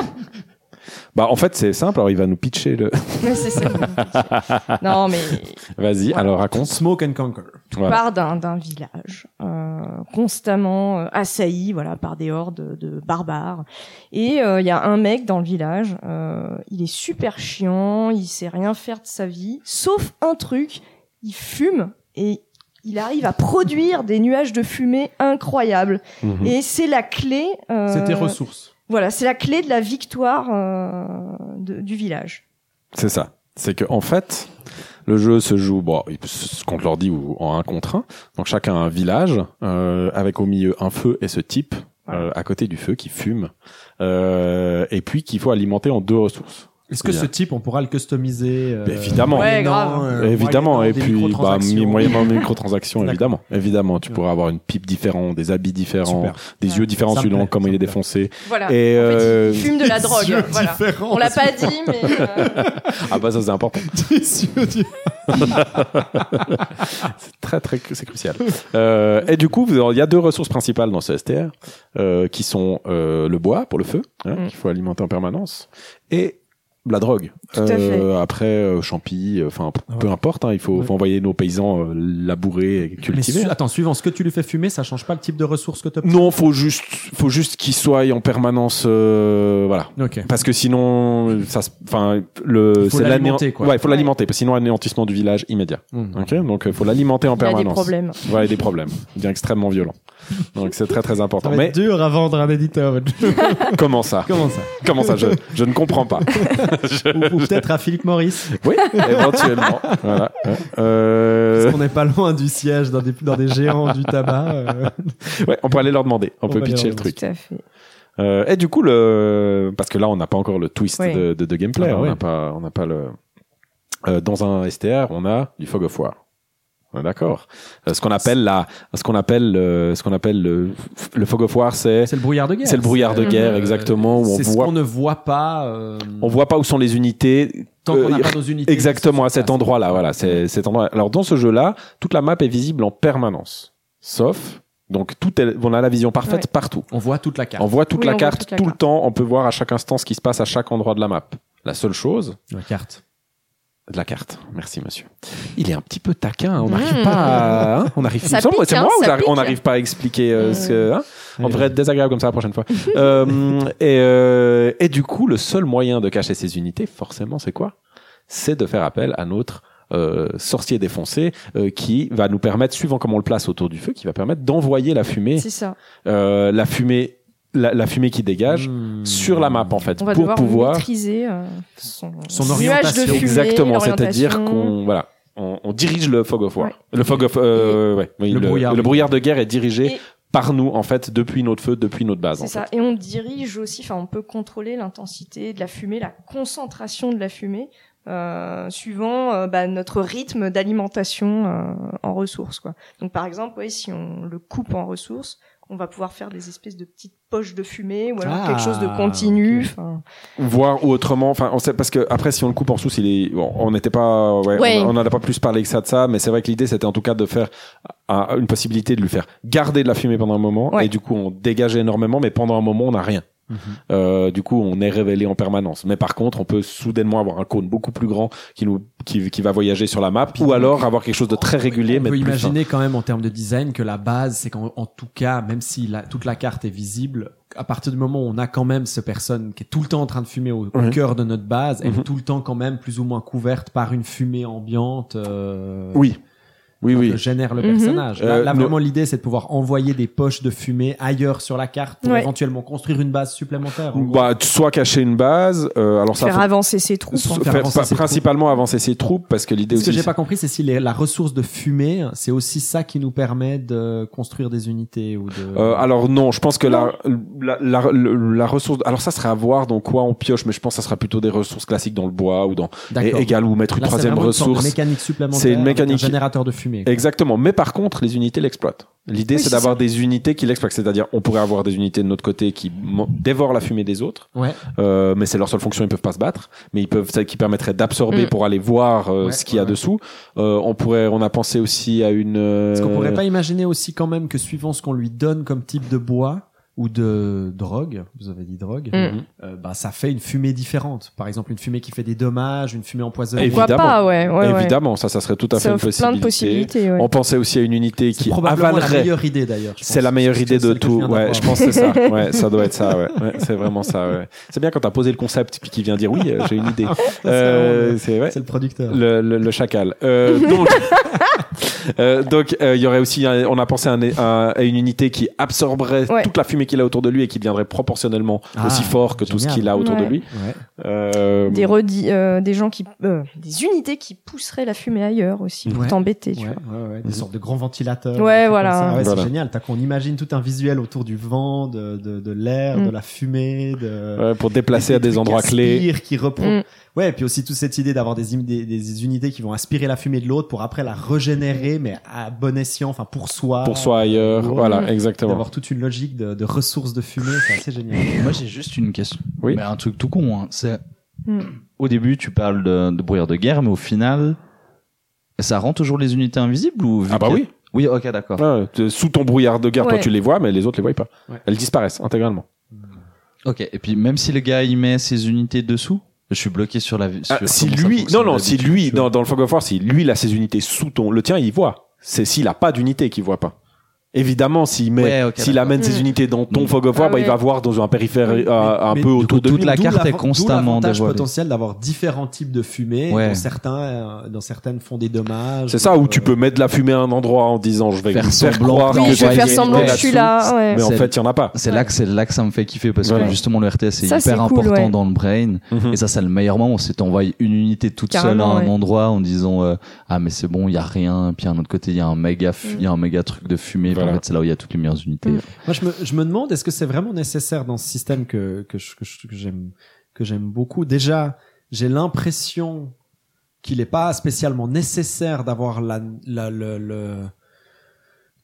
Bah en fait c'est simple alors il va nous pitcher le Mais c'est ça. non, mais vas-y Voilà. alors raconte Smoke and Conquer. on Voilà. part d'un d'un village euh, constamment euh, assailli voilà par des hordes de barbares et euh, il y a un mec dans le village euh, il est super chiant il sait rien faire de sa vie sauf un truc il fume et il arrive à produire des nuages de fumée incroyables Mhm. et c'est la clé euh, C'était ressources. voilà c'est la clé de la victoire euh, de- du village C'est ça. C'est que en fait, le jeu se joue bon, il peut se- contre l'ordi ou en un contre un. Donc chacun a un village euh, avec au milieu un feu et ce type euh, à côté du feu qui fume euh, et puis qu'il faut alimenter en deux ressources. Est-ce que Bien. ce type, on pourra le customiser euh, Bah, évidemment. moyennant, Ouais, euh, grave. évidemment moyennant et des puis bah microtransactions. mi- moyennement de microtransactions D'accord. évidemment évidemment tu Ouais. pourras avoir une pipe différente des habits différents Super. des Ouais. yeux différents Ça me selon plaît, comment ça il me est plaît. défoncé voilà et Ah, en fait, euh, il fume de la Des drogue yeux voilà différents. on l'a pas dit mais euh, ah bah ça c'est important Des yeux différents. très très c'est crucial. Euh, et du coup, vous- il y a deux ressources principales dans ce STR euh, qui sont euh, le bois pour le feu hein, Mm. qu'il faut alimenter en permanence et la drogue. Tout à fait. Ah Après, euh, champis, euh, enfin p- peu Ouais. importe, hein, il faut, Ouais. faut envoyer nos paysans euh, labourer et Mais cultiver. su- attends, suivant ce que tu lui fais fumer, ça change pas le type de ressources que tu Non, faut juste faut juste qu'ils soient en permanence euh, voilà. Ok. Parce que sinon, ça, se- enfin, le, Il faut c'est l'anéant- l'alimenter, quoi. Ouais, il faut Ouais. l'alimenter, parce que sinon anéantissement du village immédiat. Mmh. Ok, donc il faut l'alimenter en il y a permanence. des problèmes Ouais, des problèmes. Il devient extrêmement violent. Donc c'est très très Ça important. va Mais être dur à vendre un éditeur, votre jeu. comment ça Comment ça Comment ça je, je ne comprends pas. ou, ou peut-être à Philippe Maurice. Euh. Oui, éventuellement. Voilà. Euh, Parce qu'on n'est pas loin du siège dans des, dans des géants du tabac. euh. ouais, on peut aller leur demander. On, On peut va aller pitcher leur le demander. truc. tout à fait Euh, et du coup, le... parce que là, on n'a pas encore le twist Oui. de, de- de gameplay. Ah hein. bah on oui. n'a pas, on n'a pas le. Euh, dans un STR, on a du fog of war. On est D'accord. Euh, ce qu'on appelle la, ce qu'on appelle, euh, ce qu'on appelle le, le fog of war, c'est Bah, C'est le brouillard de guerre. c'est le brouillard de c'est, guerre euh, exactement où on C'est ce voit, qu'on ne voit pas. euh, on voit pas où sont les unités. tant qu'on n'a Euh, pas nos unités. Exactement, à cet endroit-là, voilà, Mhm. c'est cet endroit. Alors dans ce jeu-là, toute la map est visible en permanence, sauf donc tout est, on a la vision parfaite Ouais. partout. On voit toute la carte. On voit toute Oui, la on voit carte toute la tout le carte. temps, on peut voir à chaque instant ce qui se passe à chaque endroit de la map. La seule chose, La carte. de la carte. Merci monsieur. Il est un petit peu taquin, hein, on Mmh. n'arrive pas à, hein, on arrive Ça il me semble- pique, c'est hein, moi ou ça j'arrive- on pique. n'arrive pas à expliquer euh, Mmh. ce que hein on Allez. devrait être désagréable comme ça la prochaine fois. Euh, et, euh, et du coup, le seul moyen de cacher ces unités, forcément, c'est quoi C'est de faire appel à notre euh, sorcier défoncé euh, qui va nous permettre, suivant comment on le place autour du feu, qui va permettre d'envoyer la fumée, c'est ça euh, la fumée, la, la fumée qui dégage Mmh. sur la map en fait, on va pour devoir pouvoir maîtriser euh, son, Son nuage orientation. de fumée, exactement, l'orientation. c'est-à-dire qu'on voilà. On, on dirige le fog of war. Ouais. Le fog of, euh, ouais, oui, Le brouillard. de guerre est dirigé Et- par nous en fait depuis notre feu, depuis notre base. en C'est fait. ça. Et on dirige aussi, enfin, on peut contrôler l'intensité de la fumée, la concentration de la fumée, euh, suivant euh, bah, notre rythme d'alimentation euh, en ressources. Quoi. Donc, par exemple, ouais, si on le coupe en ressources, on va pouvoir faire des espèces de petites poches de fumée ou alors Ah, quelque chose de continu. ok. enfin. voir ou autrement enfin on sait parce que après si on le coupe en sous il est bon, on n'était pas ouais, Ouais. on on n'en a pas plus parlé que ça de ça mais c'est vrai que l'idée c'était en tout cas de faire un- une possibilité de lui faire garder de la fumée pendant un moment Ouais. et du coup on dégageait énormément mais pendant un moment on n'a rien Mhm. Euh, du coup on est révélé en permanence mais par contre on peut soudainement avoir un cône beaucoup plus grand qui nous qui, qui va voyager sur la map ou alors avoir quelque chose de très régulier Ah, On mais peut de plus fin. imaginer quand même en termes de design que la base, c'est qu'en en tout cas, même si la- toute la carte est visible, à partir du moment où on a quand même cette personne qui est tout le temps en train de fumer au, au Mhm. cœur de notre base, elle Mhm. est tout le temps quand même plus ou moins couverte par une fumée ambiante. euh, oui Oui, oui. que génère le Mhm. personnage. Là, Euh, là, non. vraiment, l'idée, c'est de pouvoir envoyer des poches de fumée ailleurs sur la carte pour Ouais. éventuellement construire une base supplémentaire. en gros. Bah, soit cacher une base, euh, alors ça Faire faut- avancer ses troupes. so- faire faire avancer pa- ses troupes. principalement avancer ses troupes parce que l'idée Ce que aussi j'ai c'est- pas compris, c'est si les- la ressource de fumée, c'est aussi ça qui nous permet de construire des unités ou de. Euh, alors non, je pense que la, la, la, le- la ressource. Alors ça sera à voir dans quoi on pioche, mais je pense que ça sera plutôt des ressources classiques dans le bois ou dans D'accord. et- égal ou mettre une Là, c'est troisième vraiment une sorte de ressource. mécanique supplémentaire. C'est une avec mécanique- Un générateur de fumée. quoi. Exactement. Mais par contre, les unités l'exploitent. L'idée, Oui, c'est c'est d'avoir des unités qui l'exploitent. C'est-à-dire, on pourrait avoir des unités de notre côté qui mo- dévorent la fumée des autres, Ouais. euh, mais c'est leur seule fonction. Ils peuvent pas se battre, mais ils peuvent celles qui permettraient d'absorber Mm. pour aller voir euh, Ouais, ce qu'il y a ouais, ouais. dessous. Euh, on pourrait, on a pensé aussi à une. euh, Est-ce qu'on pourrait pas imaginer aussi quand même que suivant ce qu'on lui donne comme type de bois ou de drogue, vous avez dit drogue, Mhm. Mm. euh, bah, ça fait une fumée différente. Par exemple, une fumée qui fait des dommages, une fumée empoisonnée. Pourquoi Évidemment. pas, ouais, ouais, ouais. Évidemment, ça, ça serait tout à fait Ça une offre plein de possibilités. ouais. On pensait aussi à une unité C'est qui probablement la avalerait. meilleure idée d'ailleurs. je C'est pense. la meilleure C'est idée de celle que je tout. viens Ouais, d'avoir. je pense que c'est ça. Ouais, ça doit être ça. Ouais, Ouais, c'est vraiment ça. Ouais. C'est bien quand t'as posé le concept puis qu'il vient dire oui, euh, j'ai une idée. Euh, c'est ouais. C'est le producteur. Le, le, le chacal. Euh, donc, euh, donc, euh, il y aurait aussi, un- on a pensé à, un- à- à une unité qui absorberait Ouais. toute la fumée qu'il a autour de lui et qui deviendrait proportionnellement Ah, aussi fort que tout ce génial. qu'il a autour de Ouais. lui. Ouais. Euh, Des, redis- euh, des gens qui. euh, des unités qui pousseraient la fumée ailleurs aussi pour Ouais. t'embêter, tu Ouais, vois. ouais, ouais, Mhm. Des sortes de grands ventilateurs. Ouais, des trucs voilà. comme ça. Ouais, Voilà. C'est génial. T'as qu'on imagine tout un visuel autour du vent, de, de, de l'air, Mm. de la fumée, de. ouais, pour déplacer à des trucs endroits qui clés. aspirent, qui reprend. Mm. Ouais, et puis aussi toute cette idée d'avoir des, im- des, des unités qui vont aspirer la fumée de l'autre pour après la régénérer, mais à bon escient, enfin pour soi. Pour soi ailleurs. Ouais. Voilà, exactement. D'avoir toute une logique de, de ressources de fumée, c'est assez génial. Moi, j'ai juste une question. Oui. Mais un truc tout con. hein. C'est Mm. au début, tu parles de, de brouillard de guerre, mais au final, ça rend toujours les unités invisibles ou vu Ah bah qu'il y a- oui. Oui, ok, d'accord. Ouais, t- sous ton brouillard de guerre, toi Ouais. tu les vois, mais les autres les voient pas. Ouais. Elles disparaissent intégralement. Ok. Et puis, même si le gars il met ses unités dessous, je suis bloqué sur la. vue. Ah, si lui, non non, si lui dans, dans le Fog of War, si lui il a ses unités sous ton, le tien il voit. C'est s'il a pas d'unité qu'il voit pas. Évidemment, s'il met, Ouais, ok, s'il d'accord. amène ses Mm. unités dans ton Mm. Fog of War, Ah bah, il ouais. va voir dans un périphérie Mais- euh, un mais peu du autour coup, de lui. toute la D'où carte est l'avan- d'où constamment l'avantage dévoilée. potentiel d'avoir différents types de fumée, Ouais. dont certains, euh, dans certaines font des dommages. C'est ça où euh, tu peux mettre de la fumée à un endroit en disant je vais Faire semblant croire que que Oui, je vais j'ai faire une semblant unité que je suis là-dessous, là. ouais. Mais en C'est- fait, il y en a pas. C'est là que c'est là que ça me fait kiffer parce Voilà. que justement le RTS c'est Ça, c'est hyper cool, important ouais. dans le brain Mhm. et ça c'est le meilleur moment c'est t'envoies une unité toute Carrément, seule à un ouais. endroit en disant euh, ah mais c'est bon il y a rien puis à un autre côté il y a un méga fu- Mm. il y a un méga truc de fumée Puis Voilà. en fait c'est là où il y a toutes les meilleures unités Mm. Moi, je me, je me demande, est-ce que c'est vraiment nécessaire dans ce système que, que je- que je- que j'aime, que j'aime beaucoup? Déjà, j'ai l'impression qu'il n'est pas spécialement nécessaire d'avoir la, la- le, le-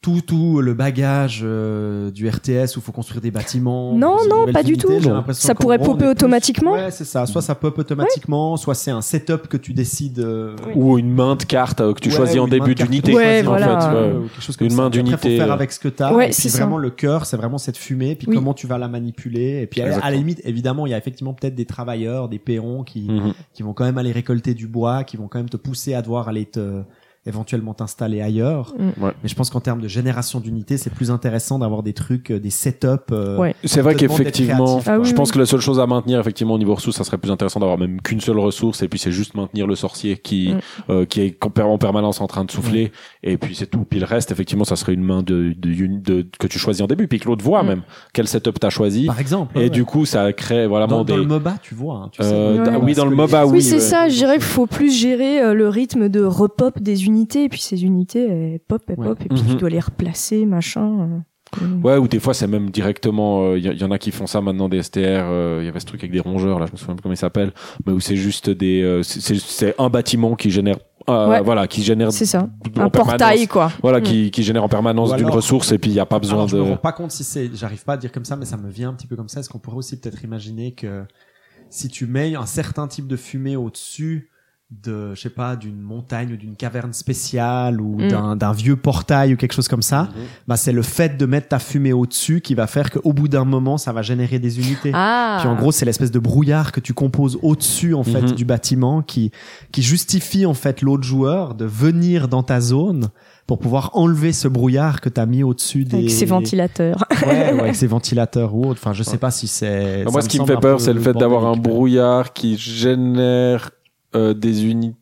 tout, tout le bagage euh, du RTS où il faut construire des bâtiments. Non, des non, nouvelles pas du unités. tout. J'ai l'impression Ça qu'en pourrait gros, on popper est plus- automatiquement. Mm. Ouais, c'est ça. Soit ça pop automatiquement, soit c'est un setup que tu décides. euh, Ou une main de carte euh, que tu Ouais, choisis ou en une main début de carte d'unité. que tu Ouais, choisis, en fait, voilà. ouais. euh, ou quelque chose comme Une ça. main Puis après, d'unité, faut euh. faire avec ce que t'as. Ouais, et puis c'est ça. vraiment le cœur, c'est vraiment cette fumée. Puis Oui. comment tu vas la manipuler. Et puis à, à la Exactement. limite, évidemment, il y a effectivement peut-être des travailleurs, des péons qui Mhm. qui vont quand même aller récolter du bois, qui vont quand même te pousser à devoir aller te éventuellement t'installer ailleurs. Mm. Ouais. Mais je pense qu'en termes de génération d'unités, c'est plus intéressant d'avoir des trucs, euh, des setups. euh, Ouais. C'est vrai te demande d'être qu'effectivement, créatif, Ah quoi. oui, je oui. pense que la seule chose à maintenir effectivement au niveau ressources, ça serait plus intéressant d'avoir même qu'une seule ressource et puis c'est juste maintenir le sorcier qui Mm. euh, qui est en per- en permanence en train de souffler et puis c'est tout. Puis le reste effectivement, ça serait une main de, de, une- de- que tu choisis en début puis que l'autre voit Mm. même quel setup t'as choisi Par exemple. et ouais, du coup ça crée ouais. vraiment dans, des dans le MOBA, tu vois. hein, tu sais. euh, Ouais. ah oui dans le MOBA oui. Oui, c'est ouais. ça. Je dirais qu'il faut plus gérer euh, le rythme de repop des unités. Et puis ces unités, elles pop, elles Ouais. pop. Et puis tu Mhm. dois les replacer, machin. euh. Ouais, ou des fois c'est même directement. Il y, en a qui font ça maintenant des STR. euh, Il y avait ce truc avec des rongeurs là, je me souviens plus comment ils s'appellent, mais où c'est juste des, euh, c'est- c'est c'est un bâtiment qui génère, euh, Ouais. voilà, qui génère C'est ça. d- en Un permanence. portail, quoi. Voilà, Mm. qui, qui génère en permanence Ou d'une alors- Ah, ressource et puis il n'y a pas besoin Alors, je me de. rends pas compte si c'est, j'arrive pas à dire comme ça, mais ça me vient un petit peu comme ça. Est-ce qu'on pourrait aussi peut-être imaginer que si tu mets un certain type de fumée au-dessus de, je sais pas, d'une montagne ou d'une caverne spéciale ou Mm. d'un, d'un vieux portail ou quelque chose comme ça, Mm-hmm. bah c'est le fait de mettre ta fumée au-dessus qui va faire qu'au bout d'un moment, ça va générer des unités. Ah. Puis en gros, c'est l'espèce de brouillard que tu composes au-dessus en fait Mhm. du bâtiment qui qui justifie en fait l'autre joueur de venir dans ta zone pour pouvoir enlever ce brouillard que t'as mis au-dessus des Avec ses ventilateurs. Ah, Ouais, ouais, avec ses ventilateurs ou autre. Enfin, je sais pas si c'est Moi, ça ce qui me semble fait un peur, peu c'est le fait d'avoir un bordélique. brouillard qui génère euh, des unités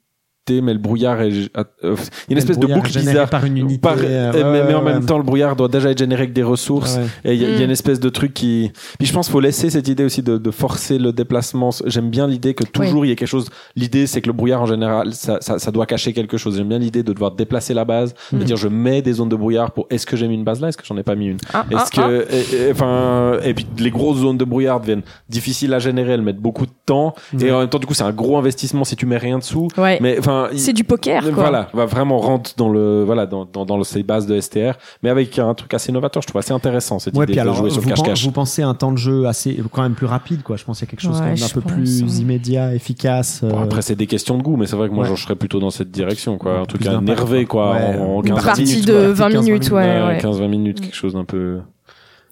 unité, mais le brouillard est. gé- euh, Il y a une Le espèce de brouillard boucle généré bizarre. par une unité. Par- euh, mais, ouais, ouais, mais en ouais, même ouais. temps, le brouillard doit déjà être généré avec des ressources. Ah ouais. Et il y, a- il y a Mm. une espèce de truc qui. Puis je pense qu'il faut laisser cette idée aussi de, de forcer le déplacement. J'aime bien l'idée que toujours il y a quelque chose. L'idée, c'est que le brouillard en général, ça, ça, ça doit cacher quelque chose. J'aime bien l'idée de devoir déplacer la base, de dire je mets des zones de brouillard pour est-ce que j'ai mis une base là, est-ce que j'en ai pas mis une. Ah, ah, Est-ce que, et- et- enfin, et, puis les grosses zones de brouillard deviennent difficiles à générer, elles mettent beaucoup de temps, et en même temps, du coup, c'est un gros investissement si tu mets rien dessous. ah. Ouais. Mais enfin, il- C'est du poker, quoi. voilà, va vraiment rentre dans le, voilà, dans, dans, dans le- ces bases de STR, mais avec un truc assez novateur, je trouve assez intéressant cette Ouais, idée puis de alors, jouer vous, sur le pen- cache-cache. vous pensez un temps de jeu assez, quand même plus rapide, quoi. Je pense qu'il y a quelque chose Ouais, quand même un je peu pense, plus ouais. immédiat, efficace. Bon, euh, après, c'est des questions de goût, mais c'est vrai que moi, Ouais. je serais plutôt dans cette direction, Un quoi. peu Un truc plus à d'impact, nerver, quoi, quoi. Ouais. en, en Une Une 15 partie minutes. de quoi. 20 15 minutes, ouais. Euh, ouais. 15-20 minutes, Mm. quelque chose d'un peu,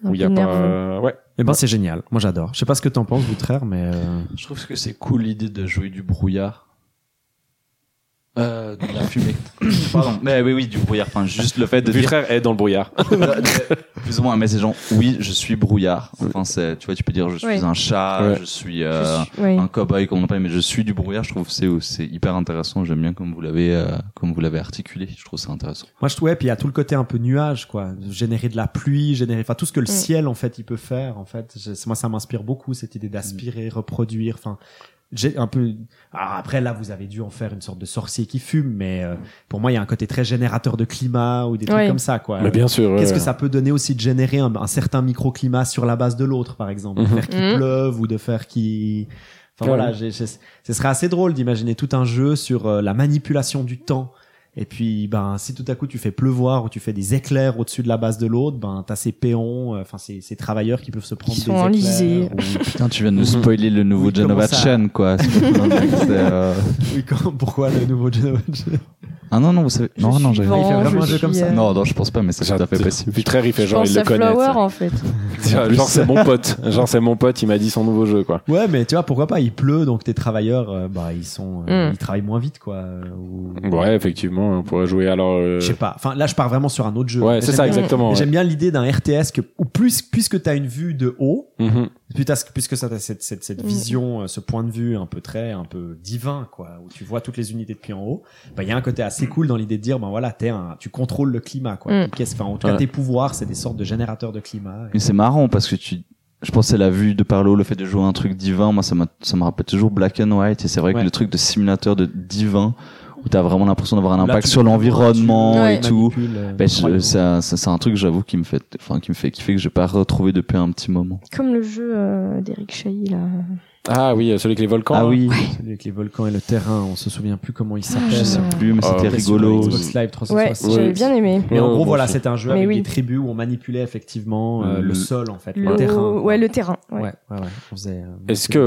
Un où il y a peu pas, nerveux. euh, ouais. Eh ben, c'est génial. Moi, j'adore. Je sais pas ce que t'en penses, Boutrère, mais euh, Je trouve que c'est cool l'idée de jouer du brouillard. Euh, de la fumée. Pardon. Mais oui, oui, du brouillard. Enfin, juste le fait de dire. Vutrère est dans le brouillard. Euh, plus ou moins, mais c'est genre, oui, je suis brouillard. Enfin, c'est, tu vois, tu peux dire, je suis Ouais. un chat, Ouais. je suis, euh, Je suis- ouais. un cow-boy, comme on appelle, mais je suis du brouillard. Je trouve que c'est, c'est hyper intéressant. J'aime bien comme vous l'avez, euh, comme vous l'avez articulé. Je trouve ça intéressant. moi, je trouvais. Puis il y a tout le côté un peu nuage, quoi. Générer de la pluie, générer, enfin, tout ce que le Mm. ciel, en fait, il peut faire, en fait. Je- Moi, ça m'inspire beaucoup cette idée Mm. d'aspirer, reproduire, enfin. J'ai un peu. Alors après, là, vous avez dû en faire une sorte de sorcier qui fume, mais euh, pour moi, il y a un côté très générateur de climat ou des trucs Ouais. comme ça, quoi. Mais bien sûr. Qu'est-ce ouais. que ça peut donner aussi de générer un, un certain microclimat sur la base de l'autre, par exemple, de Mhm. faire qu'il Mhm. pleuve ou de faire qu'il... Enfin Ouais. voilà, j'ai- j'ai- ce serait assez drôle d'imaginer tout un jeu sur euh, la manipulation du temps. Et puis, ben, si tout à coup tu fais pleuvoir ou tu fais des éclairs au-dessus de la base de l'autre, ben, t'as ces péons, euh, enfin ces, ces travailleurs qui peuvent se prendre sont des enlisés. éclairs. ou- Putain, tu viens de nous Mhm. spoiler le nouveau Oui, comment Genova ça Chan, quoi. C'est- c'est, euh, Oui, quand- pourquoi le nouveau Genova Ah non, non, vous savez. Non, Je non, suis j'ai. vent, Il fait vraiment je un jeu comme suis, ça. euh, Non, non, je pense pas, mais c'est tout à fait possible. Vutrère, il fait Je genre, pense il le à connaît. Flower, ça. en fait. Genre, genre, c'est mon pote. Genre, c'est mon pote, il m'a dit son nouveau jeu, quoi. Ouais, mais tu vois, pourquoi pas Il pleut, donc tes travailleurs, euh, bah, ils sont, euh, Mm. ils travaillent moins vite, quoi. euh, ou- Ouais, effectivement, on pourrait jouer alors. euh, Je sais pas. Enfin, là, je pars vraiment sur un autre jeu. Ouais, Mais c'est j'aime ça, bien- exactement. J'aime bien l'idée d'un RTS que, ou plus, puisque tu as une vue de haut, ouais. Mhm. puisque t'as- puisque ça t'as cette, cette, cette Mm. vision, euh, ce point de vue un peu très, un peu divin, quoi, où tu vois toutes les unités depuis en haut, bah, il y a un côté assez cool dans l'idée de dire, ben voilà, t'es un, tu contrôles le climat, quoi. Mm. Puis qu'est-ce- enfin, en tout cas, Ouais. tes pouvoirs, c'est des sortes de générateurs de climat. Mais c'est marrant parce que tu, je pense c'est la vue de par le haut, le fait de jouer à un truc divin. Moi, ça m'a, ça me rappelle toujours Black and White. Et c'est vrai Ouais. que le truc de simulateur de divin, où t'as vraiment l'impression d'avoir un Là, impact tu- sur l'environnement Ouais. et tout. Manipule, euh, Ben, je- incroyable. ça- ça- c'est un truc, j'avoue, qui me fait, enfin, qui me fait kiffer que j'ai pas retrouvé depuis un petit moment. Comme le jeu euh, d'Eric Chahi, là. Ah oui, euh, celui avec les volcans. ah là. oui, euh, Celui avec les volcans et le terrain, on se souvient plus comment il s'appelle. je sais plus, mais Ah, c'était ouais. rigolo. Xbox Live 360. Ouais, j'avais bien aimé. Mais en Ouais, gros, moi voilà, aussi. c'était un jeu Mais avec oui. des tribus où on manipulait effectivement euh, Euh, le le- sol, en fait, le, Le- terrain. Ouais, le terrain. Ouais, ouais. ouais, ouais, on faisait, euh, Est-ce c'est- que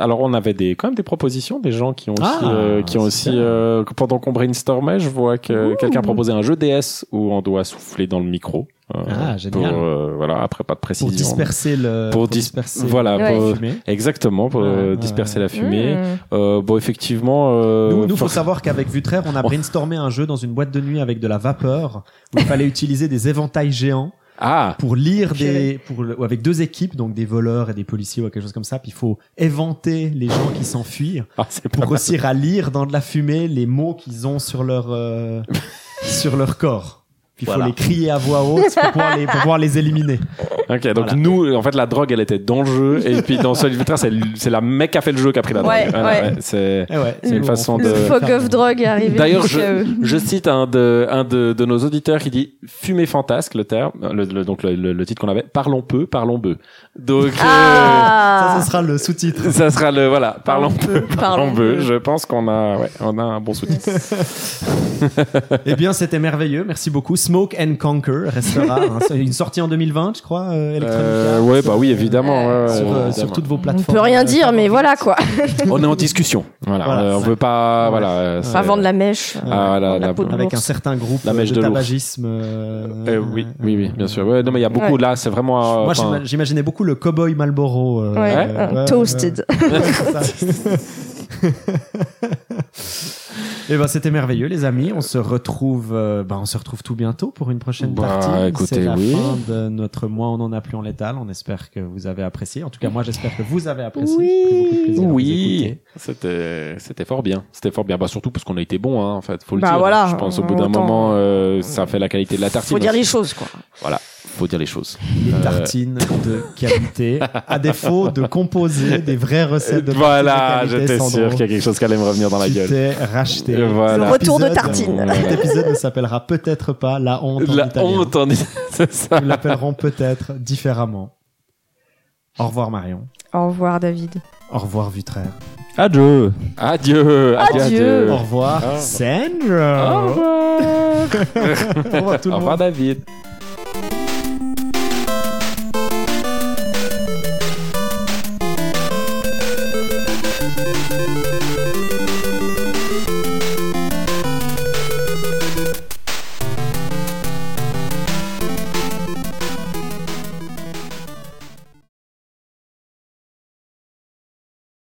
euh, alors on avait des quand même des propositions des gens qui ont aussi Ah, euh, qui ont aussi super. euh, que pendant qu'on brainstormait je vois que Ouh. quelqu'un proposait un jeu DS où on doit souffler dans le micro euh, Ah, pour génial. euh, voilà après pas de pour précision disperser le Pour dis- disperser voilà Ouais. pour- la fumée. exactement pour Ouais, euh, ouais, disperser ouais. la fumée Mmh. Euh, bon effectivement euh, Nous, nous faut for- savoir qu'avec Vutraire, on a brainstormé un jeu dans une boîte de nuit avec de la vapeur où il fallait utiliser des éventails géants ah pour lire Purée. des pour le- ou avec deux équipes donc des voleurs et des policiers ou quelque chose comme ça. Puis il faut éventer les gens qui s'enfuient Ah, c'est pas pour mal. réussir à lire dans de la fumée les mots qu'ils ont sur leur euh, sur leur corps. Puis il Voilà. faut les crier à voix haute pour pouvoir les, pour pouvoir les éliminer. Ok, donc Voilà. nous, en fait, la drogue, elle était dans le jeu, et puis dans Solid Ultra, c'est c'est la mec qui a fait le jeu qui a pris la drogue. Ouais, Voilà, ouais. ouais, c'est- Eh ouais, C'est une bon, façon on de- Le peut fog faire, of mais- drôle est arrivé. D'ailleurs, jusqu'à eux. je, je cite un de, un de, de nos auditeurs qui dit fumée fantasque, le terme, le, le- donc le, le- le titre qu'on avait, parlons peu, parlons peu. Donc, Ah Ça, ce sera le sous-titre. euh, ça sera le, voilà, parlons Parlons peu, peu, parlons parlons peu. peu. Je pense qu'on a, ouais, on a un bon sous-titre. Eh bien, c'était merveilleux. Merci beaucoup. Smoke and Conquer restera hein. C'est une sortie en 2020, je crois, euh, Electronic Euh, Arts, ouais, bah oui, euh, évidemment. ouais, ouais, Sur, euh, évidemment. sur toutes vos On plateformes. peut rien euh, dire, mais voilà quoi. On est en discussion. Voilà, Voilà, euh, on ça. veut pas, Ouais. voilà. euh, Enfin, c'est- vendre la mèche. Ah, voilà, la la- peau de Avec un l'ours. certain groupe La euh, mèche de, de l'ours. tabagisme. euh, Euh, oui, oui, oui, bien sûr. Ouais, non, mais il y a beaucoup Ouais. là, c'est vraiment. euh, Moi, enfin, j'ima- j'imaginais beaucoup le cowboy Malboro. euh, Ouais, euh, euh, ouais, toasted. ouais, ouais, c'est ça. Et ben c'était merveilleux les amis, on se retrouve euh, ben, on se retrouve tout bientôt pour une prochaine Bah, partie. écoutez, C'est la oui. fin de notre mois on en a plus en létal, on espère que vous avez apprécié. En tout cas moi j'espère que vous avez apprécié. Oui. J'ai pris beaucoup de plaisir à vous Oui, Euh. écouter. c'était c'était fort bien. C'était fort bien. Bah surtout parce qu'on a été bon, hein, en fait. Faut le Bah dire. voilà, je pense au on bout d'un entend. moment, euh, ça fait la qualité de la tartine. Faut dire les choses, quoi. Faut dire les choses. Des Euh, tartines de qualité à défaut de composer des vraies recettes de tartines Euh, voilà, de qualité, j'étais Sandro. sûr qu'il y a quelque chose qui allait me revenir dans la Tu gueule. Euh, t'es racheté. Et voilà. Le retour de tartine. euh, Cet épisode ne s'appellera peut-être pas la honte en La italien. honte en c'est ça. Nous l'appellerons peut-être différemment. Au revoir Marion. Au revoir, David. Au revoir Vutraire. Adieu. Adieu, adieu, Adieu. adieu. Au revoir, Au revoir. Sandra. Au revoir. tout le Au monde. revoir, David.